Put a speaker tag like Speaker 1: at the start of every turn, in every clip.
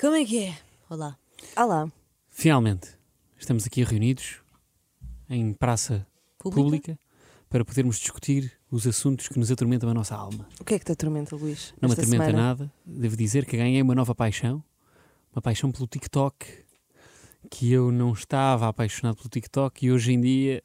Speaker 1: Como é que é? Olá.
Speaker 2: Olá.
Speaker 3: Finalmente, estamos aqui reunidos em praça
Speaker 1: Pública?
Speaker 3: pública, para podermos discutir os assuntos que nos atormentam a nossa alma.
Speaker 2: O que é que te atormenta, Luís?
Speaker 3: Não me
Speaker 2: esta
Speaker 3: atormenta
Speaker 2: semana?
Speaker 3: nada. Devo dizer que ganhei uma nova paixão, uma paixão pelo TikTok, que eu não estava apaixonado pelo TikTok e hoje em dia,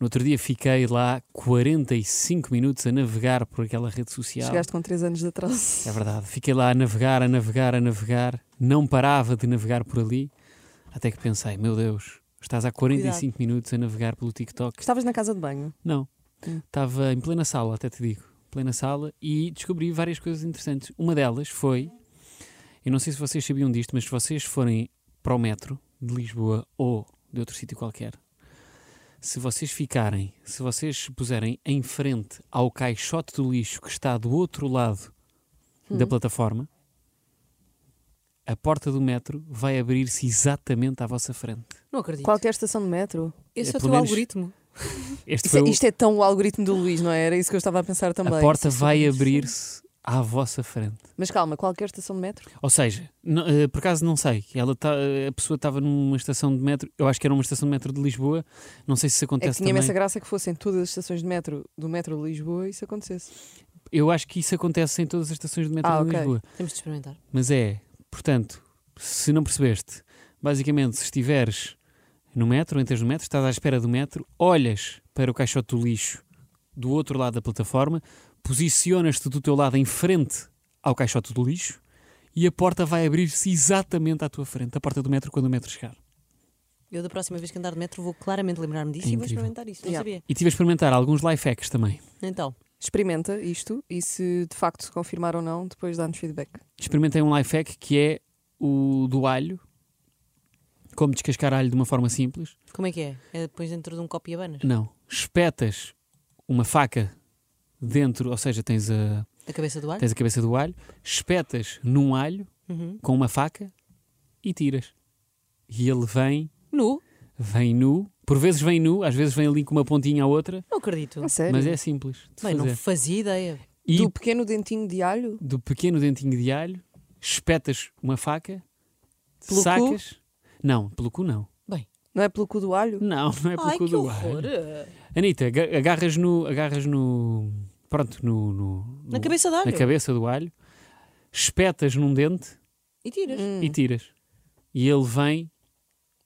Speaker 3: no outro dia fiquei lá 45 minutos a navegar por aquela rede social.
Speaker 2: Chegaste com 3 anos de atraso.
Speaker 3: É verdade. Fiquei lá a navegar, a navegar, a navegar. Não parava de navegar por ali. Até que pensei, meu Deus, estás há 45 minutos a navegar pelo TikTok.
Speaker 2: Estavas na casa de banho.
Speaker 3: Não.
Speaker 2: Hum.
Speaker 3: Estava em plena sala, até te digo. Plena sala e descobri várias coisas interessantes. Uma delas foi, eu não sei se vocês sabiam disto, mas se vocês forem para o metro de Lisboa ou de outro sítio qualquer, se vocês ficarem, se vocês se puserem em frente ao caixote do lixo que está do outro lado
Speaker 2: Hum.
Speaker 3: da plataforma, a porta do metro vai abrir-se exatamente à vossa frente.
Speaker 1: Não acredito.
Speaker 2: Qualquer estação de metro.
Speaker 1: Esse é,
Speaker 3: É,
Speaker 1: o teu
Speaker 3: pelo menos-
Speaker 1: algoritmo.
Speaker 3: Este
Speaker 2: Isto é,
Speaker 3: foi o-
Speaker 2: isto é tão o algoritmo do Luís, não é? Era isso que eu estava a pensar também. é
Speaker 3: a porta vai abrir-se à vossa frente.
Speaker 2: Mas calma, qualquer estação de metro? É
Speaker 3: Ou seja, não- eh, por acaso não sei. Ela tá- eh, a pessoa estava numa estação de metro, eu acho que era uma estação de metro de Lisboa. Não sei se isso
Speaker 2: É que
Speaker 3: acontece
Speaker 2: tinha
Speaker 3: também.
Speaker 2: imensa graça que fossem todas as estações de metro do metro de Lisboa e isso acontecesse.
Speaker 3: Eu acho que isso acontece em todas as estações de metro
Speaker 2: Ah,
Speaker 3: de
Speaker 2: ok.
Speaker 3: Lisboa.
Speaker 1: Temos de experimentar.
Speaker 3: Mas é, portanto, se não percebeste, basicamente, se estiveres no metro, entras no metro, estás à espera do metro, olhas para o caixote do lixo do outro lado da plataforma, posicionas-te do teu lado em frente ao caixote do lixo e a porta vai abrir-se exatamente à tua frente, a porta do metro, quando o metro chegar.
Speaker 1: Eu da próxima vez que andar de metro vou claramente lembrar-me disso
Speaker 3: É
Speaker 1: e vou
Speaker 3: incrível.
Speaker 1: experimentar isso. Não
Speaker 2: Yeah.
Speaker 1: sabia.
Speaker 3: E tive a experimentar alguns life hacks também.
Speaker 1: Então,
Speaker 2: Experimenta isto e se de facto se confirmar ou não, depois dá-nos feedback.
Speaker 3: Experimentei um life hack que é o do alho. Como descascar alho de uma forma simples.
Speaker 1: como é que é? É depois dentro de um copo e abanas?
Speaker 3: Não. Espetas uma faca dentro, ou seja, tens a,
Speaker 1: Da cabeça do ar?
Speaker 3: tens a cabeça do alho, espetas num alho
Speaker 1: Uhum.
Speaker 3: com uma faca e tiras. E ele vem,
Speaker 1: Nu?
Speaker 3: vem nu. Por vezes vem nu, às vezes vem ali com uma pontinha à outra,
Speaker 1: Não acredito.
Speaker 2: A sério?
Speaker 3: mas é simples de
Speaker 1: Bem, não
Speaker 3: fazer.
Speaker 1: fazia ideia.
Speaker 3: E
Speaker 2: Do pequeno dentinho de alho?
Speaker 3: do pequeno dentinho de alho, espetas uma faca,
Speaker 2: Pelo cu?
Speaker 3: sacas. Não, pelo cu não.
Speaker 2: Não é pelo cu do alho?
Speaker 3: Não, não é pelo
Speaker 1: Ai,
Speaker 3: cu
Speaker 1: que
Speaker 3: do
Speaker 1: horror!
Speaker 3: alho. Anitta, aga- agarras no. Agarras no. Pronto, no. no-
Speaker 1: Na
Speaker 3: no-
Speaker 1: cabeça de alho.
Speaker 3: na cabeça do alho, espetas num dente
Speaker 1: E tiras.
Speaker 2: Hum,
Speaker 3: e tiras. E ele vem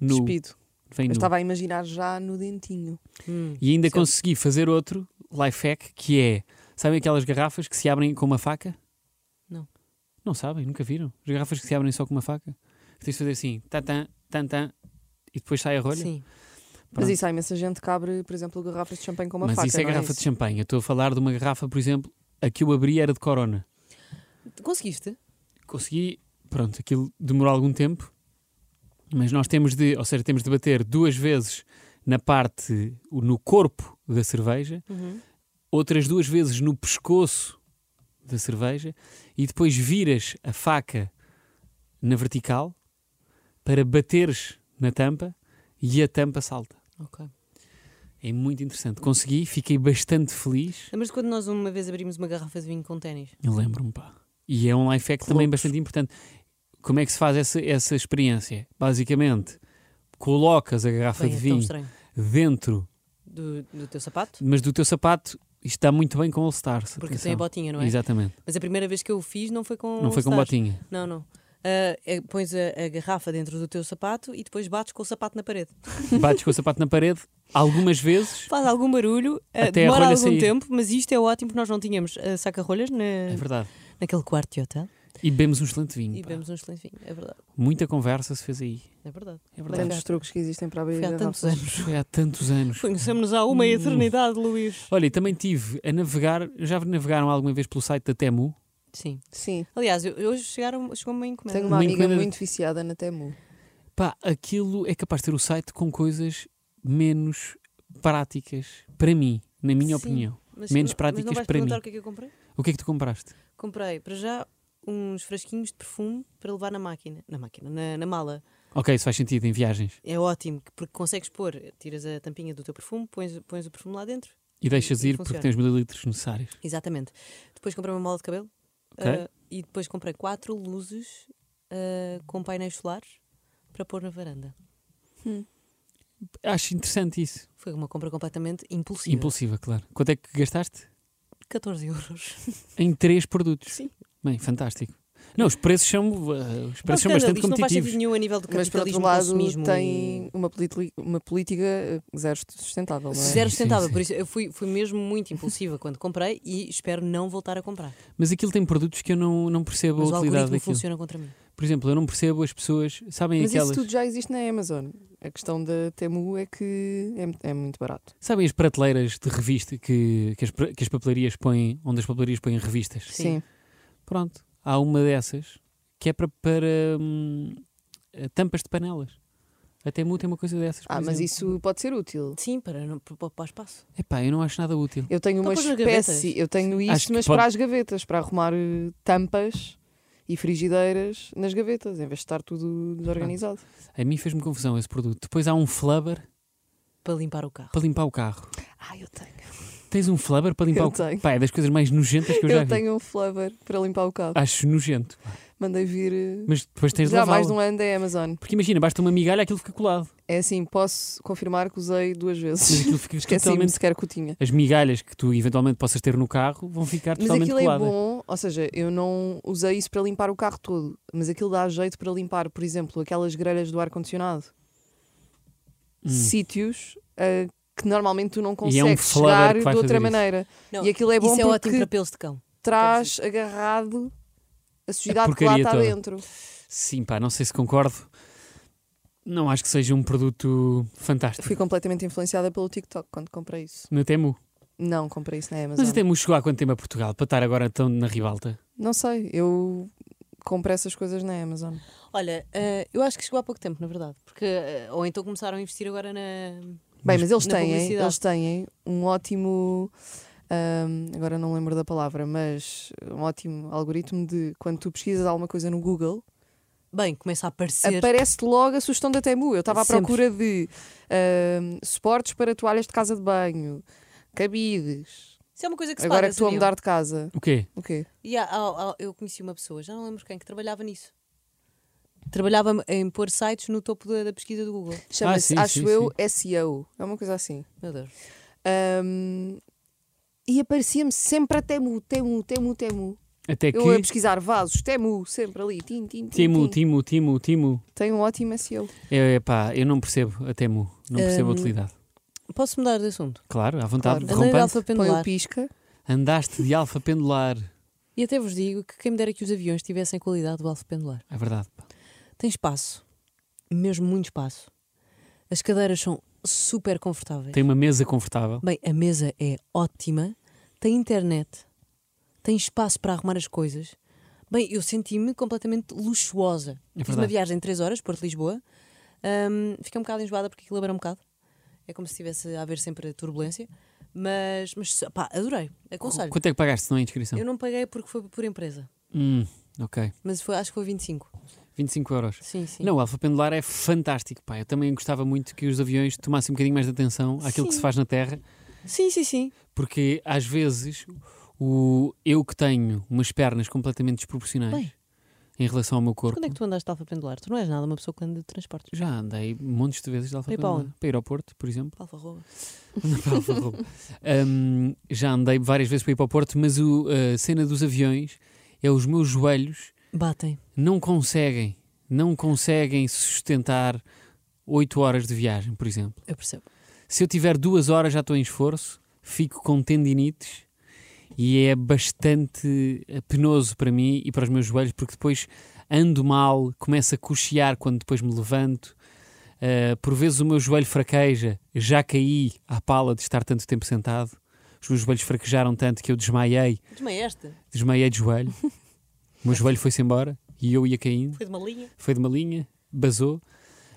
Speaker 3: nu.
Speaker 2: despido.
Speaker 3: Vem
Speaker 2: Eu
Speaker 3: nu.
Speaker 2: estava a imaginar já no dentinho.
Speaker 1: Hum.
Speaker 3: E ainda
Speaker 2: Certo.
Speaker 3: consegui fazer outro life hack que é. Sabem aquelas garrafas que se abrem com uma faca?
Speaker 1: Não.
Speaker 3: Não sabem, nunca viram? As garrafas que se abrem só com uma faca? Que tens de fazer assim, tan tan, tan tan, e depois sai a rolha?
Speaker 1: Sim.
Speaker 2: Mas
Speaker 3: Pronto.
Speaker 2: isso há imensa gente que abre, por exemplo, garrafas de champanhe com uma
Speaker 3: Mas
Speaker 2: faca.
Speaker 3: isso é
Speaker 2: não
Speaker 3: garrafa de champanhe. Eu estou a falar de uma garrafa, por exemplo, a que eu abri era de Corona.
Speaker 1: Conseguiste?
Speaker 3: Consegui, pronto, aquilo demorou algum tempo, mas nós temos de, ou seja, temos de bater duas vezes na parte, no corpo da cerveja,
Speaker 1: Uhum.
Speaker 3: outras duas vezes no pescoço da cerveja e depois viras a faca na vertical para bateres na tampa e a tampa salta.
Speaker 1: Ok.
Speaker 3: É muito interessante. Consegui, fiquei bastante feliz.
Speaker 1: Lembras quando nós uma vez abrimos uma garrafa de vinho com ténis?
Speaker 3: Eu lembro-me, pá. E é um life hack também bastante importante. Como é que se faz essa, essa experiência? Basicamente, colocas a garrafa
Speaker 1: Bem,
Speaker 3: de
Speaker 1: é tão
Speaker 3: vinho
Speaker 1: estranho.
Speaker 3: dentro,
Speaker 1: Do, do teu sapato?
Speaker 3: mas do teu sapato, isto está muito bem com All Stars.
Speaker 1: Porque
Speaker 3: atenção.
Speaker 1: tem a botinha, não é?
Speaker 3: Exatamente.
Speaker 1: Mas a primeira vez que eu o fiz não foi com
Speaker 3: Não foi com
Speaker 1: stars.
Speaker 3: botinha.
Speaker 1: Não, não. Ah, é- pões a, a garrafa dentro do teu sapato e depois bates com o sapato na parede.
Speaker 3: Bates com o sapato na parede algumas vezes.
Speaker 1: Faz algum barulho, ah,
Speaker 3: Até a
Speaker 1: demora
Speaker 3: rolha
Speaker 1: algum
Speaker 3: sair.
Speaker 1: tempo, mas isto é ótimo porque nós não tínhamos ah, saca-rolhas na-
Speaker 3: É verdade.
Speaker 1: naquele quarto de hotel
Speaker 3: E bebemos um excelente vinho.
Speaker 1: e
Speaker 3: pá.
Speaker 1: bebemos um excelente vinho. É verdade,
Speaker 3: Muita conversa se fez aí.
Speaker 1: é verdade.
Speaker 3: É
Speaker 2: é? Tantos
Speaker 3: verdade.
Speaker 2: truques que existem para abrir
Speaker 1: Foi há
Speaker 2: garrafas.
Speaker 1: tantos anos.
Speaker 3: Foi há tantos anos.
Speaker 1: Conhecemos-nos há
Speaker 3: Hum.
Speaker 1: uma eternidade, Luís.
Speaker 3: Olha, e também tive a navegar. Já navegaram alguma vez pelo site da Temu?
Speaker 1: Sim.
Speaker 2: Sim.
Speaker 1: Aliás, eu- hoje chegaram, chegou uma encomenda.
Speaker 2: Tenho uma
Speaker 3: Uma
Speaker 2: amiga
Speaker 3: encomenda-
Speaker 2: muito viciada na Temu.
Speaker 3: Pá, aquilo é capaz de ter o site com coisas menos práticas para mim, na minha
Speaker 1: Sim.
Speaker 3: opinião.
Speaker 1: Mas-
Speaker 3: menos
Speaker 1: mas
Speaker 3: práticas
Speaker 1: não vais
Speaker 3: para
Speaker 1: perguntar
Speaker 3: mim.
Speaker 1: o que é que eu comprei?
Speaker 3: O que é que tu compraste?
Speaker 1: Comprei para já uns frasquinhos de perfume para levar na máquina. Na máquina, na- na mala.
Speaker 3: Ok, isso faz sentido em viagens.
Speaker 1: É ótimo, que- porque consegues pôr, tiras a tampinha do teu perfume, pões, pões o perfume lá dentro.
Speaker 3: E deixas
Speaker 1: E
Speaker 3: ir
Speaker 1: funciona.
Speaker 3: porque tens mililitros necessários.
Speaker 1: Exatamente. Depois comprei uma mola de cabelo
Speaker 3: Ok.
Speaker 1: ah, e depois comprei quatro luzes ah, com painéis solares para pôr na varanda.
Speaker 3: Acho interessante isso.
Speaker 1: Foi uma compra completamente impulsiva.
Speaker 3: Impulsiva, claro. Quanto é que gastaste?
Speaker 1: 14 euros.
Speaker 3: Em três produtos.
Speaker 1: Sim.
Speaker 3: Bem, fantástico. Não, os preços são, uh, os preços
Speaker 1: Portanto, isto
Speaker 3: são bastante
Speaker 1: não faz sentido
Speaker 3: competitivos.
Speaker 1: nenhum a nível do
Speaker 2: Mas por outro
Speaker 1: capitalismo,
Speaker 2: lado
Speaker 1: consumismo
Speaker 2: tem
Speaker 1: e...
Speaker 2: uma, politi- uma política eh, zero sustentável, não é?
Speaker 1: Zero
Speaker 3: sim,
Speaker 1: sustentável,
Speaker 3: sim.
Speaker 1: por isso eu fui, fui mesmo muito impulsiva quando comprei e espero não voltar a comprar.
Speaker 3: Mas aquilo tem produtos que eu não, não percebo
Speaker 1: Mas o
Speaker 3: a utilidade
Speaker 1: algoritmo
Speaker 3: daquilo.
Speaker 1: funciona contra mim.
Speaker 3: Por exemplo, eu não percebo as pessoas. Sabem
Speaker 2: Mas
Speaker 3: aquelas.
Speaker 2: isso tudo já existe na Amazon. A questão da Temu é que é, mu- é muito barato.
Speaker 3: Sabem as prateleiras de revista que, que, as, pra- que as papelarias põem. onde as papelarias põem revistas?
Speaker 1: Sim.
Speaker 3: Pronto, há uma dessas que é para, para hum, tampas de panelas. Até Temu tem uma coisa dessas.
Speaker 2: Ah,
Speaker 3: por
Speaker 2: mas
Speaker 3: exemplo.
Speaker 2: isso pode ser útil.
Speaker 1: Sim, para, não- para, para o espaço.
Speaker 3: Epá, eu não acho nada útil.
Speaker 2: Eu tenho
Speaker 1: Então
Speaker 2: uma
Speaker 1: pôs nas gavetas.
Speaker 2: espécie, eu tenho
Speaker 3: Acho
Speaker 2: isso,
Speaker 3: que
Speaker 2: mas
Speaker 3: pode-
Speaker 2: para as gavetas, para arrumar eh, tampas e frigideiras nas gavetas, em vez de estar tudo desorganizado.
Speaker 3: A mim fez-me confusão esse produto. Depois há um flubber
Speaker 1: Para limpar o carro.
Speaker 3: para limpar o carro.
Speaker 2: Ah, eu tenho.
Speaker 3: Tens um flubber para limpar
Speaker 2: Eu
Speaker 3: o carro?
Speaker 2: tenho.
Speaker 3: Pá, é das coisas mais nojentas que eu,
Speaker 2: Eu,
Speaker 3: já vi.
Speaker 2: tenho um flubber para limpar o carro.
Speaker 3: Acho nojento.
Speaker 2: Mandei vir eh,
Speaker 3: Mas depois tens de
Speaker 2: já há
Speaker 3: lavar.
Speaker 2: mais de um ano da Amazon.
Speaker 3: Porque imagina, basta uma migalha aquilo fica colado.
Speaker 2: É assim, posso confirmar que usei duas
Speaker 3: Mas
Speaker 2: vezes.
Speaker 3: aquilo fica
Speaker 2: Esqueci-me
Speaker 3: totalmente...
Speaker 2: sequer que o tinha.
Speaker 3: As migalhas que tu eventualmente possas ter no carro vão ficar
Speaker 2: Mas
Speaker 3: totalmente
Speaker 2: aquilo é
Speaker 3: coladas.
Speaker 2: bom, ou seja, eu não usei isso para limpar o carro todo, mas aquilo dá jeito para limpar, por exemplo, aquelas grelhas do ar-condicionado.
Speaker 3: Hum.
Speaker 2: Sítios ah, que normalmente tu não
Speaker 3: E é um
Speaker 2: consegues
Speaker 3: flubber
Speaker 2: chegar
Speaker 3: que
Speaker 2: de
Speaker 3: vai fazer
Speaker 2: outra
Speaker 3: isso.
Speaker 2: maneira.
Speaker 1: Não,
Speaker 2: e aquilo é bom
Speaker 1: Isso é
Speaker 2: porque
Speaker 1: ótimo para pelos de cão.
Speaker 2: traz agarrado a sujidade que lá
Speaker 3: É porcaria
Speaker 2: está
Speaker 3: toda.
Speaker 2: dentro.
Speaker 3: Sim, pá, não sei se concordo. Não acho que seja um produto fantástico.
Speaker 2: Fui completamente influenciada pelo TikTok quando comprei isso.
Speaker 3: Na Temu.
Speaker 2: Não, comprei isso na Amazon.
Speaker 3: Mas a Temu chegou há quanto tempo a Portugal para estar agora tão na ribalta?
Speaker 2: Não sei, eu compro essas coisas na Amazon.
Speaker 1: Olha, eh, eu acho que chegou há pouco tempo, na verdade. Porque, eh, ou então começaram a investir agora na.
Speaker 2: Bem, mas eles
Speaker 1: na
Speaker 2: têm,
Speaker 1: publicidade.
Speaker 2: eles têm um ótimo. hum, agora não lembro da palavra, mas um ótimo algoritmo de quando tu pesquisas alguma coisa no Google,
Speaker 1: Bem, começa a aparecer.
Speaker 2: aparece logo a sugestão da Temu. Eu estava à
Speaker 1: Sempre.
Speaker 2: procura de hum, suportes para toalhas de casa de banho, cabides.
Speaker 1: Isso é uma coisa que se
Speaker 2: Agora
Speaker 1: paga,
Speaker 2: que estou a
Speaker 1: sabiam?
Speaker 2: mudar de casa.
Speaker 3: O quê?
Speaker 2: O quê?
Speaker 1: E há- há- há- eu conheci uma pessoa, já não lembro quem, que trabalhava nisso. Trabalhava em pôr sites no topo da, da pesquisa do Google.
Speaker 2: Chama-se,
Speaker 3: sim,
Speaker 2: acho
Speaker 3: sim,
Speaker 2: eu, SEO. É uma coisa assim.
Speaker 1: Meu Deus.
Speaker 2: Hum, e aparecia-me sempre a Temu, Temu, Temu, Temu.
Speaker 3: Até
Speaker 2: Eu a
Speaker 3: que.
Speaker 2: pesquisar vasos, Temu, sempre ali. Tim, tim, tim,
Speaker 1: um
Speaker 3: Temu,
Speaker 2: tim.
Speaker 3: Temu, Temu, Temu.
Speaker 2: Tem um ótimo SEO.
Speaker 3: É, é pá, eu não percebo a Temu. Não percebo a
Speaker 1: Hum,
Speaker 3: utilidade.
Speaker 1: Posso mudar de assunto?
Speaker 3: Claro, à vontade.
Speaker 2: claro.
Speaker 1: Andei de
Speaker 3: Rompante.
Speaker 1: alfa
Speaker 2: Põe o
Speaker 1: pendular.
Speaker 2: pisca.
Speaker 3: Andaste de alfa pendular.
Speaker 1: E até vos digo que quem me dera que os aviões tivessem qualidade do alfa pendular.
Speaker 3: É verdade. pá.
Speaker 1: Tem espaço. Mesmo muito espaço. As cadeiras são super confortáveis.
Speaker 3: Tem uma mesa confortável.
Speaker 1: Bem, a mesa é ótima, tem internet, tem espaço para arrumar as coisas. Bem, eu senti-me completamente luxuosa.
Speaker 3: É
Speaker 1: Fiz uma
Speaker 3: verdade.
Speaker 1: viagem de 3 horas, Porto-Lisboa. Hum, fiquei um bocado enjoada porque aquilo era um bocado. É como se estivesse a haver sempre turbulência. Mas, mas pá, adorei. Aconselho.
Speaker 3: Quanto é que pagaste se não é inscrição?
Speaker 1: Eu não paguei porque foi por empresa,
Speaker 3: Hum, ok.
Speaker 1: mas foi, acho que foi 25.
Speaker 3: 25 euros.
Speaker 1: Sim, sim.
Speaker 3: Não, o Alfa Pendular é fantástico, pá. Eu também gostava muito que os aviões tomassem um bocadinho mais de atenção àquilo que
Speaker 1: Sim.
Speaker 3: se faz na Terra,
Speaker 1: Sim, sim, sim.
Speaker 3: porque às vezes o eu que tenho umas pernas completamente desproporcionais
Speaker 1: Bem.
Speaker 3: em relação ao meu corpo.
Speaker 1: Quando é que tu andaste de alfa pendular? Tu não és nada uma pessoa que anda de transportes.
Speaker 3: Já andei montes de vezes de Alfa
Speaker 1: Para ir para
Speaker 3: Pendular.
Speaker 1: onde?
Speaker 3: para ir ao Porto, por exemplo.
Speaker 1: Alfa rouba.
Speaker 3: Não, para Alfa Romeo. Hum, já andei várias vezes para ir para o Porto, mas o, a cena dos aviões é os meus joelhos
Speaker 1: Batem.
Speaker 3: não conseguem, não conseguem sustentar 8 horas de viagem, por exemplo.
Speaker 1: Eu percebo.
Speaker 3: Se eu tiver duas horas já estou em esforço, fico com tendinites e é bastante eh, penoso para mim e para os meus joelhos, porque depois ando mal, começo a cochear quando depois me levanto. Eh, por vezes o meu joelho fraqueja, já caí à pala de estar tanto tempo sentado. Os meus joelhos fraquejaram tanto que eu desmaiei,
Speaker 1: Desmaiaste?
Speaker 3: desmaiei de joelho. o meu joelho foi-se embora e eu ia caindo
Speaker 1: Foi de uma linha?
Speaker 3: foi de uma linha, basou.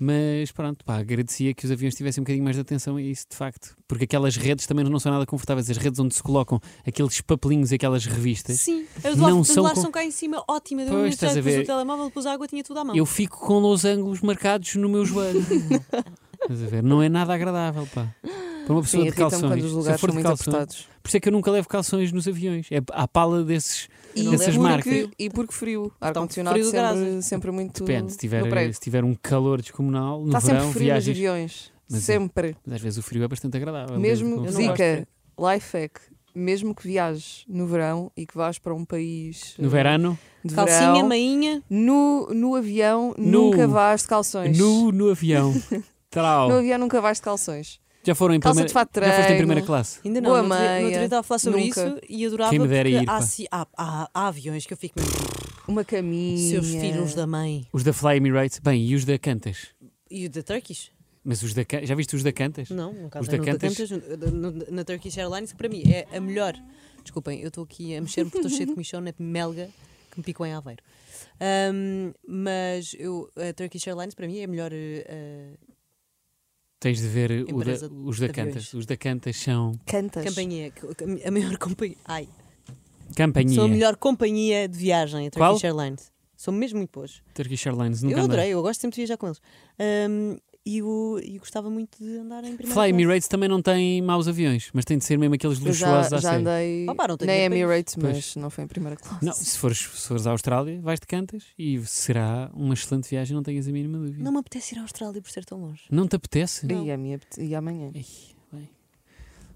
Speaker 3: Mas pronto, pá, agradecia que os aviões tivessem um bocadinho mais de atenção a isso, de facto. Porque aquelas redes também não são nada confortáveis. As redes onde se colocam aqueles papelinhos e aquelas revistas.
Speaker 1: Sim, as do
Speaker 3: Não
Speaker 1: não
Speaker 3: são
Speaker 1: são,
Speaker 3: com-
Speaker 1: são cá em cima, ótima. Deu um
Speaker 3: Pois, estás a
Speaker 1: estás depois
Speaker 3: ver.
Speaker 1: o telemóvel, depois a água, tinha tudo à mão.
Speaker 3: Eu fico com losângulos marcados no meu joelho. Estás a ver? Não é nada agradável, pá. Para uma pessoa
Speaker 2: Sim,
Speaker 3: de
Speaker 2: irritam-me
Speaker 3: calções.
Speaker 2: quando os
Speaker 3: Se eu
Speaker 2: lugares
Speaker 3: for
Speaker 2: são
Speaker 3: de
Speaker 2: muito
Speaker 3: calções-
Speaker 2: apertados.
Speaker 3: Por isso é que eu nunca levo calções nos aviões. É à pala desses.
Speaker 1: E
Speaker 3: Não Essas
Speaker 2: porque,
Speaker 1: levo-
Speaker 3: marcas.
Speaker 2: E porque frio.
Speaker 3: um
Speaker 1: Então,
Speaker 2: Ar-condicionado
Speaker 1: frio do
Speaker 2: sempre,
Speaker 1: graças.
Speaker 2: sempre muito.
Speaker 3: Depende, se
Speaker 2: no
Speaker 3: tiver,
Speaker 2: prego.
Speaker 3: se tiver um calor descomunal, no
Speaker 2: Está sempre
Speaker 3: verão,
Speaker 2: frio
Speaker 3: viagens.
Speaker 2: nos aviões.
Speaker 3: Mas é-
Speaker 2: sempre.
Speaker 3: Mas às vezes o frio é bastante agradável.
Speaker 2: mesmo,
Speaker 1: que eu
Speaker 3: desde que
Speaker 1: não gosto.
Speaker 2: dica, life hack, mesmo que viajes no verão e que vás para um país eh,
Speaker 3: No verano,
Speaker 2: de
Speaker 1: Calcinha,
Speaker 2: verão,
Speaker 1: mainha.
Speaker 2: no, no avião
Speaker 3: Nu.
Speaker 2: nunca vás de calções.
Speaker 3: nu no avião. Trau.
Speaker 2: No avião nunca vais de calções.
Speaker 3: Já foram em
Speaker 2: Calça
Speaker 3: primeira,
Speaker 2: de fato de
Speaker 3: já foste em
Speaker 2: treino.
Speaker 3: primeira classe.
Speaker 1: Ainda não.
Speaker 2: Boa
Speaker 1: no outro dia- no outro
Speaker 2: meia.
Speaker 1: dia estava a falar sobre
Speaker 2: Nunca.
Speaker 1: isso e adorava.
Speaker 3: Quem me dera
Speaker 1: porque
Speaker 3: ir,
Speaker 1: há,
Speaker 3: pá.
Speaker 1: si- há- há- há aviões que eu fico mesmo. tipo,
Speaker 2: Uma caminha.
Speaker 1: Seus filhos da mãe.
Speaker 3: Os da Fly Emirates, bem, e os da Cantas?
Speaker 1: E o da Turkish?
Speaker 3: Mas os da Can- já viste os da Cantas?
Speaker 1: Não, no caso
Speaker 3: Os
Speaker 1: é
Speaker 3: da
Speaker 1: no da
Speaker 3: Qantas?
Speaker 1: Qantas, no- no- na Turkish Airlines, que para mim é a melhor. Desculpem, eu estou aqui a mexer-me porque estou cheio de comichão na melga que me picou em Aveiro. Ahm, mas eu, a Turkish Airlines para mim é a melhor. eh,
Speaker 3: Tens de ver o da-
Speaker 1: Empresa
Speaker 3: os da
Speaker 1: de
Speaker 3: Cantas.
Speaker 1: aviões.
Speaker 3: Os da Cantas são
Speaker 1: eh,
Speaker 2: Cantas.
Speaker 1: companhia, que- a maior companhia. Ai,
Speaker 3: campanhia.
Speaker 1: sou a melhor companhia de viagem, a Turkish
Speaker 3: Qual?
Speaker 1: Airlines. São mesmo muito boas.
Speaker 3: Turkish Airlines, nunca
Speaker 1: eu
Speaker 3: andei.
Speaker 1: adorei, eu gosto sempre de viajar com eles. Ahm, e, o, e gostava muito de andar em primeira
Speaker 3: Fly
Speaker 1: classe.
Speaker 3: Emirates também não tem maus aviões, mas tem de ser mesmo aqueles
Speaker 2: Eu já,
Speaker 3: luxuosos à
Speaker 2: já
Speaker 3: série.
Speaker 2: andei
Speaker 1: Opa, Oh, não tenho
Speaker 2: na
Speaker 1: dinheiro para
Speaker 2: Emirates,
Speaker 3: Pois.
Speaker 2: mas não foi em primeira classe.
Speaker 3: Não, se fores, se fores à Austrália, vais de Cantas e será uma excelente viagem, não tenhas a mínima dúvida.
Speaker 1: Não me apetece ir à Austrália por ser tão longe.
Speaker 3: Não te apetece?
Speaker 1: Não.
Speaker 2: E, a minha, e amanhã.
Speaker 3: Ai, bem.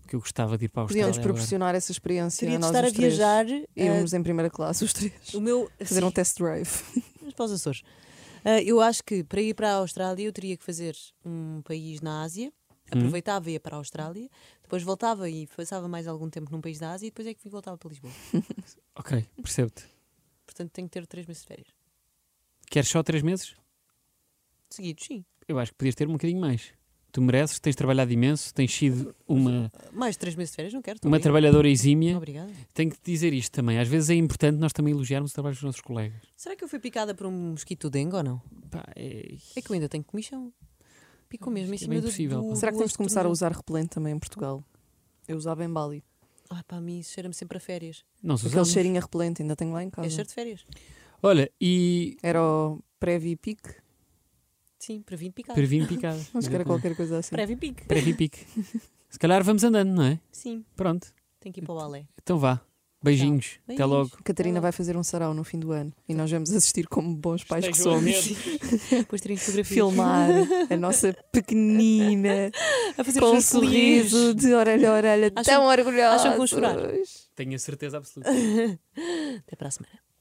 Speaker 3: O que eu gostava de ir para a Austrália
Speaker 2: Podíamos proporcionar essa experiência
Speaker 1: Teria
Speaker 2: a
Speaker 1: de
Speaker 2: nós
Speaker 1: estar a
Speaker 2: os três.
Speaker 1: viajar. eh,
Speaker 2: Irmos em primeira classe, os três.
Speaker 1: o meu.
Speaker 2: Fazer
Speaker 1: Sim.
Speaker 2: um test drive.
Speaker 1: Mas para os Açores. Ah, eu acho que para ir para a Austrália eu teria que fazer um país na Ásia,
Speaker 3: Hum.
Speaker 1: aproveitava e ia para a Austrália, depois voltava e passava mais algum tempo num país da Ásia e depois é que voltava para Lisboa.
Speaker 3: agora. Ok, percebo-te.
Speaker 1: Portanto tenho que ter três meses de férias.
Speaker 3: Queres só três meses?
Speaker 1: Seguidos, sim.
Speaker 3: Eu acho que podias ter um bocadinho mais. Tu mereces, tens trabalhado imenso, tens sido uma,
Speaker 1: Ah, Mais de três meses de férias, não quero. estou
Speaker 3: uma
Speaker 1: bem.
Speaker 3: trabalhadora exímia.
Speaker 1: Obrigada.
Speaker 3: Tenho que te dizer isto também. Às vezes é importante nós também elogiarmos o trabalho dos nossos colegas.
Speaker 1: Será que eu fui picada por um mosquito dengue ou não?
Speaker 3: Pá, é-
Speaker 1: É que eu ainda tenho comichão. Picou mesmo em
Speaker 3: Isto é
Speaker 1: cima
Speaker 3: bem
Speaker 1: do,
Speaker 3: possível,
Speaker 1: do-
Speaker 3: pá.
Speaker 2: Será que
Speaker 1: do
Speaker 2: temos de começar a
Speaker 1: tornozelo.
Speaker 2: usar repelente também em Portugal? Eu usava em Bali.
Speaker 1: Ah, para mim isso cheira-me sempre a férias.
Speaker 3: Nós
Speaker 2: Aquele
Speaker 3: usamos.
Speaker 2: cheirinho a repelente ainda tenho lá em
Speaker 1: É
Speaker 2: casa.
Speaker 1: cheiro de férias.
Speaker 3: Olha, e
Speaker 2: Era o Previ Pique,
Speaker 1: Sim, para vir picada.
Speaker 3: previm picado.
Speaker 2: acho que era qualquer coisa assim.
Speaker 1: Para vir pique.
Speaker 3: Previ pique. Se calhar vamos andando, não é?
Speaker 1: Sim,
Speaker 3: Pronto.
Speaker 1: tenho que ir para o balé.
Speaker 3: Então vá. Beijinhos. Até
Speaker 1: Beijinhos.
Speaker 3: logo.
Speaker 1: É
Speaker 2: Catarina vai fazer um sarau no fim do ano e nós vamos assistir como bons pais que somos.
Speaker 1: Depois terem fotografias.
Speaker 2: Filmar a nossa pequenina
Speaker 1: A fazer
Speaker 2: com um
Speaker 1: os feliz.
Speaker 2: sorriso de orelha a orelha
Speaker 1: Acham-
Speaker 2: tão orgulhosa.
Speaker 1: acham que vou chorar?
Speaker 3: Tenho a certeza absoluta.
Speaker 1: Até para a semana.